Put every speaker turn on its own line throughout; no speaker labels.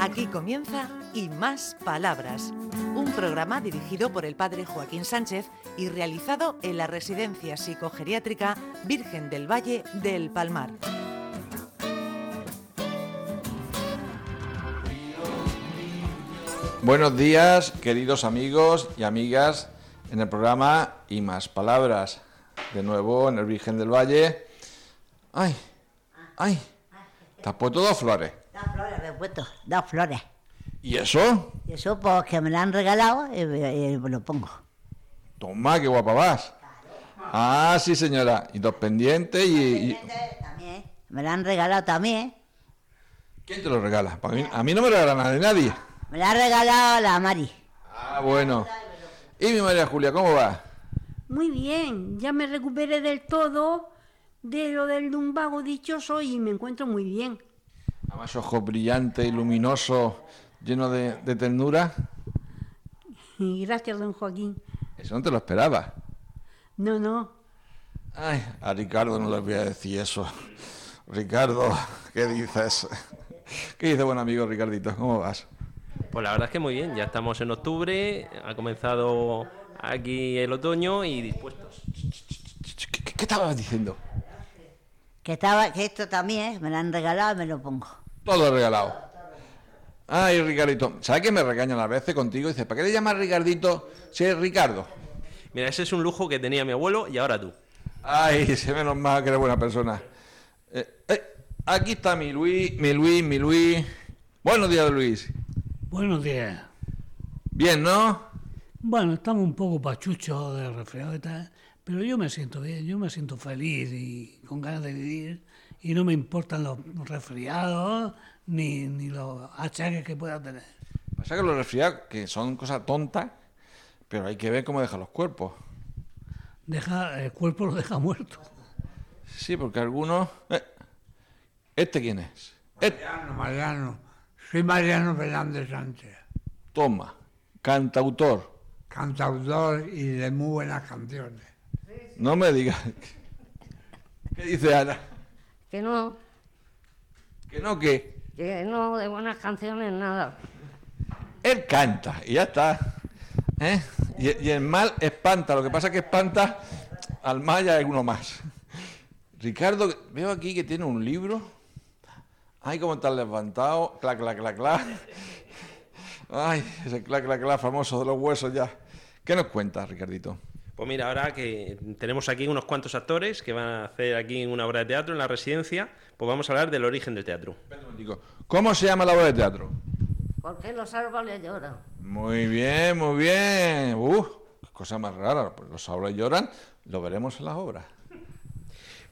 Aquí comienza Y Más Palabras, un programa dirigido por el padre Joaquín Sánchez y realizado en la Residencia Psicogeriátrica Virgen del Valle del Palmar.
Buenos días, queridos amigos y amigas, en el programa Y Más Palabras. De nuevo en el Virgen del Valle. ¡Ay! ¡Ay! Te has puesto dos flores.
Dos flores me he puesto, dos flores.
¿Y eso?
Y eso pues que me la han regalado y, me- y me lo pongo.
Toma, qué guapa vas. Ah, sí, señora. Y dos pendientes y. y-
También, me la han regalado también.
¿Quién te lo regala? Pa' mí- a mí no me regala nada de nadie.
Me la ha regalado la Mari.
Ah, bueno. ¿Y mi María Julia, cómo va?
Muy bien, ya me recuperé del todo de lo del lumbago dichoso y me encuentro muy bien.
Además, ojos brillantes y luminosos, llenos de, de ternura.
Y gracias, don Joaquín.
Eso no te lo esperaba.
No, no,
Ay, a Ricardo no le voy a decir eso. Ricardo, ¿qué dices? ¿Qué dice buen amigo Ricardito? ¿Cómo vas?
Pues la verdad es que muy bien, ya estamos en octubre, ha comenzado aquí el otoño y dispuestos.
¿Qué, qué- qué estabas diciendo?
Que estaba, que esto también, me la han regalado y me lo pongo.
Todo regalado. Ay, Ricardito, ¿sabes que me regañan a veces contigo? Dice, ¿para qué le llamas Ricardito si es Ricardo?
Mira, ese es un lujo que tenía mi abuelo y ahora tú.
Ay, se menos mal que eres buena persona. Eh, eh, aquí está mi Luis, mi Luis, mi Luis. Buenos días, Luis.
Buenos días.
Bien, ¿no?
Bueno, estamos un poco pachuchos de resfriado y tal, pero yo me siento bien, yo me siento feliz y con ganas de vivir y no me importan los resfriados ni, ni los achaques que pueda tener.
Pasa que los resfriados, que son cosas tontas, pero hay que ver cómo dejan los cuerpos.
Deja, el cuerpo lo deja muerto.
Sí, porque algunos... eh, ¿Este quién es? Et-
Mariano, Mariano. Soy Mariano Fernández Sánchez,
toma, cantautor.
cantautor y de muy buenas canciones.
No me digas... ¿Qué dice Ana?
Que no,
Que no, que
que no, de buenas canciones nada.
él canta y ya está. ¿Eh? Y, y el mal espanta, lo que pasa es que espanta al mal y a alguno más. Ricardo, veo aquí que tiene un libro. Ay, cómo está levantado. Clac, clac, clac, clac. Ay, ese clac, clac, clac famoso de los huesos ya. ¿Qué nos cuentas, Ricardito?
Pues mira, ahora que tenemos aquí unos cuantos actores que van a hacer aquí una obra de teatro en la residencia, pues vamos a hablar del origen del teatro.
Espera un momentico. ¿Cómo se llama la obra de teatro?
¿Por qué los árboles lloran?
Muy bien, muy bien. Uf, cosa más rara. Pues Los árboles lloran, lo veremos en las obras.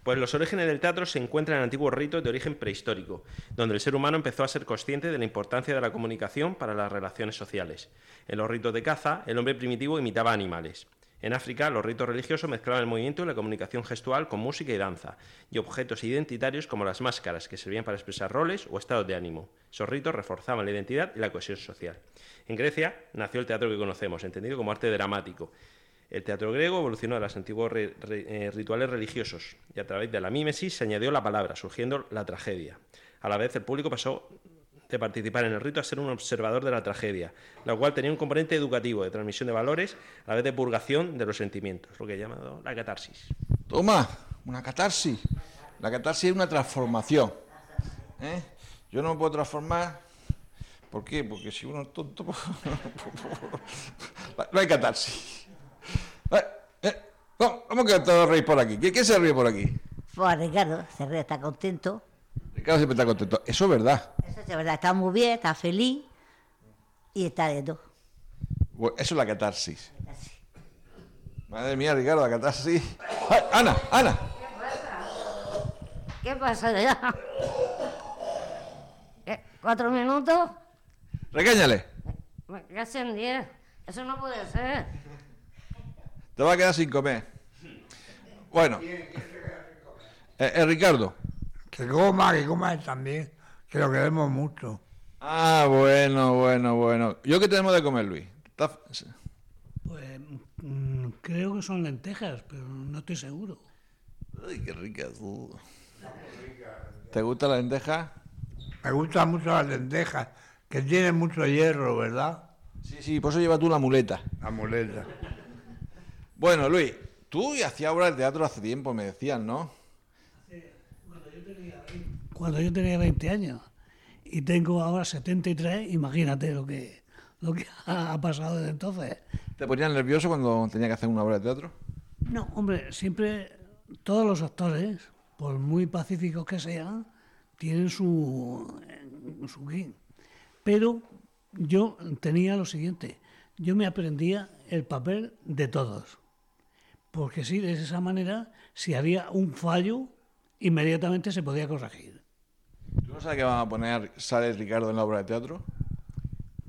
Pues los orígenes del teatro se encuentran en antiguos ritos de origen prehistórico, donde el ser humano empezó a ser consciente de la importancia de la comunicación para las relaciones sociales. En los ritos de caza, el hombre primitivo imitaba animales. En África, los ritos religiosos mezclaban el movimiento y la comunicación gestual con música y danza, y objetos identitarios como las máscaras, que servían para expresar roles o estados de ánimo. Esos ritos reforzaban la identidad y la cohesión social. En Grecia nació el teatro que conocemos, entendido como arte dramático, el teatro griego evolucionó de los antiguos re- re- eh, rituales religiosos y a través de la mímesis se añadió la palabra, surgiendo la tragedia. A la vez, el público pasó de participar en el rito a ser un observador de la tragedia, la cual tenía un componente educativo de transmisión de valores, a la vez de purgación de los sentimientos, lo que he llamado la catarsis.
Toma, una catarsis. La catarsis es una transformación. ¿eh? Yo no me puedo transformar. ¿Por qué? Porque si uno es tonto. pues, no hay catarsis. Eh, eh, ¿Cómo cómo que te reís por aquí? ¿Quién, quién se ríe por aquí?
Pues Ricardo, se ríe, está contento.
Ricardo siempre está contento. Eso es verdad.
Eso es verdad, está muy bien, está feliz y está de todo.
Bu- Eso es la catarsis. Madre mía, Ricardo, la catarsis. ¡Ay, Ana, Ana.
¿Qué pasa ya? ¿Qué? ¿Cuatro minutos?
Regáñale.
Me hacen diez. Eso no puede ser.
Te va a quedar sin comer. Bueno. Eh, eh, Ricardo.
Que coma, que coma él también, que lo queremos mucho.
Ah, bueno, bueno, bueno. ¿Yo qué tenemos de comer, Luis? Está-
Pues mm, creo que son lentejas, pero no estoy seguro.
Ay, qué rica. ¿Te gusta la lenteja?
Me gustan mucho las lentejas, que tiene mucho hierro, ¿verdad?
Sí, sí, por eso lleva tú la muleta.
La muleta.
Bueno, Luis, tú hacías obras de teatro hace tiempo, me decían, ¿no?
cuando yo tenía 20 años y tengo ahora 73, imagínate lo que, lo que ha pasado desde entonces.
¿Te ponías nervioso cuando tenías que hacer una obra de teatro?
No, hombre, siempre todos los actores, por muy pacíficos que sean, tienen su, eh, su guin. Pero yo tenía lo siguiente, yo me aprendía el papel de todos. Porque sí, de esa manera, si había un fallo, inmediatamente se podía corregir.
¿Tú no sabes que van a poner Sales Ricardo en la obra de teatro?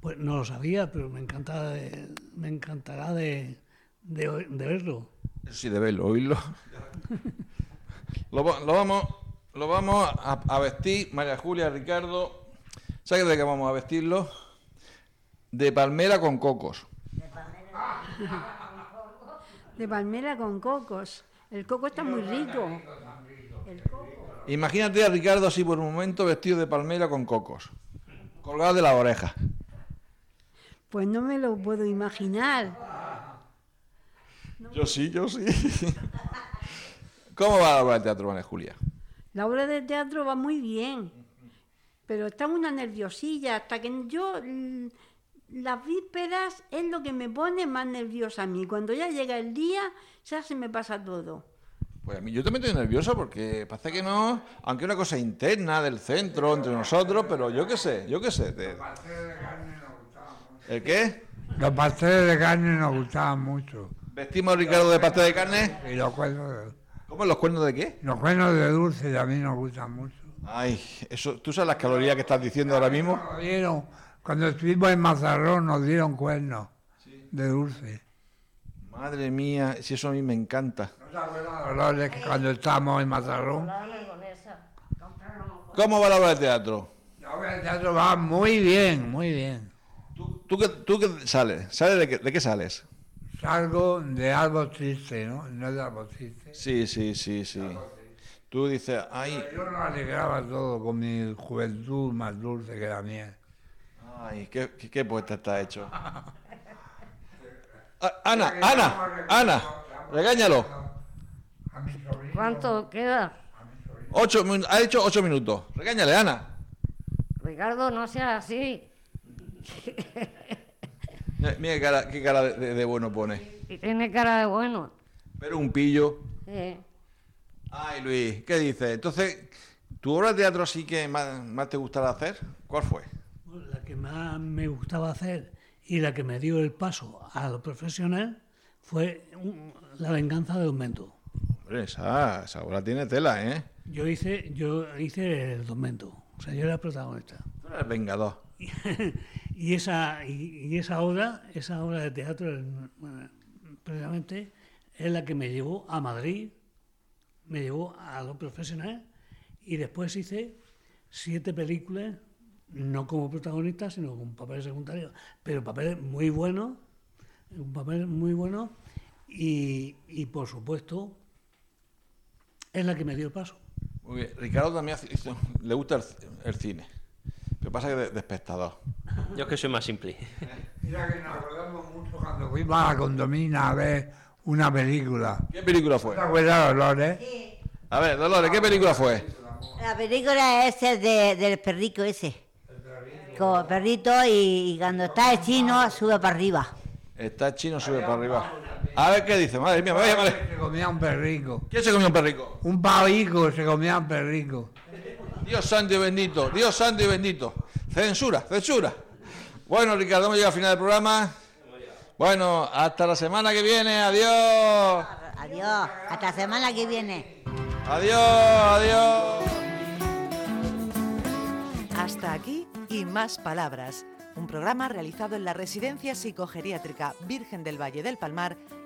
Pues no lo sabía, pero me, encanta de- me encantará de, de oí- de verlo.
Eso sí, de verlo, oírlo. lo, va- lo vamos, lo vamos a, a vestir, María Julia, Ricardo. ¿Sabes de qué vamos a vestirlo? De palmera con cocos.
De palmera con cocos. El coco está muy rico.
Imagínate a Ricardo así por un momento vestido de palmera con cocos. Colgado de la oreja.
Pues no me lo puedo imaginar.
Yo sí, yo sí. ¿Cómo va la obra de teatro, María Julia?
La obra de teatro va muy bien, pero está una nerviosilla. Hasta que yo, mm, las vísperas es lo que me pone más nerviosa a mí. Cuando ya llega el día, ya se me pasa todo.
Pues a mí, yo también estoy nervioso porque parece que no, aunque una cosa interna del centro, entre nosotros, pero yo qué sé, yo qué sé. te- ¿El qué?
Los pasteles de carne nos gustaban mucho.
¿Vestimos a Ricardo de pastel de carne?
Y los cuernos
¿Cómo los cuernos de qué?
de, los cuernos de dulce también nos gustan mucho.
Ay, eso, ¿tú sabes las calorías que estás diciendo ahora mismo?
Nos dieron, cuando estuvimos en Mazarrón nos dieron cuernos de dulce.
Madre mía, si eso a mí me encanta.
Dolores, que cuando estábamos en Mazarrón.
Dame con eso.
¿Cómo va la obra de teatro?
La obra de teatro va muy bien, muy bien.
¿Tú, tú, qué, tú qué sales? ¿Sales de qué, de qué sales?
Salgo de algo triste, ¿no? No de algo triste.
Sí, sí, sí, sí. Tú dices, ay,
Yo lo alegraba todo con mi juventud más dulce que la mía.
Ay, qué, qué, qué poeta está hecho. A- Ana, Ana, Ana, regáñalo.
¿Cuánto queda?
Ocho, min- ha hecho ocho minutos. Regáñale, Ana.
Ricardo, no seas así.
Mira, mira qué cara, qué cara de, de- de bueno pone.
Y tiene cara de bueno.
Pero un pillo.
Sí.
Ay, Luis, ¿qué dices? Entonces, ¿tu obra de teatro sí que más, más te gustará hacer? ¿Cuál fue?
Pues La que más me gustaba hacer y la que me dio el paso a lo profesional fue un- La venganza de Mento.
Hombre, esa, esa obra tiene tela, ¿eh?
Yo hice, yo hice el Mento, o sea, yo era el protagonista.
Tú eres vengador.
y esa y, y esa obra esa obra de teatro el- bueno, precisamente es la que me llevó a Madrid me llevó a lo profesional y después hice siete películas no como protagonista sino con papeles secundarios pero papeles muy buenos un papel muy bueno y, y por supuesto es la que me dio el paso
Muy bien. Ricardo también hace- hizo- le gusta el, c- el cine. Pero pasa que de- de espectador.
Yo es que soy más simple.
Mira que nos acordamos mucho cuando fuimos a la condomina a ver una película.
¿Qué película fue?
¿Te acuerdas, Dolores?
A ver, Dolores, ¿qué película fue?
La película esa es de, del perrico ese. Con el perrito y, y cuando está el chino sube para arriba.
Está chino, sube para arriba. A ver qué dice, madre mía, me voy a llamar.
Se comía un perrico.
¿Quién se comió un perrico?
Un pavico se comía un perrico.
Dios santo y bendito, Dios santo y bendito. Censura, censura. Bueno, Ricardo, hemos llegado al final del programa. Bueno, hasta la semana que viene. Adiós.
Adiós, hasta la semana que viene.
Adiós, adiós.
Hasta aquí y más palabras, un programa realizado en la Residencia Psicogeriátrica Virgen del Valle del Palmar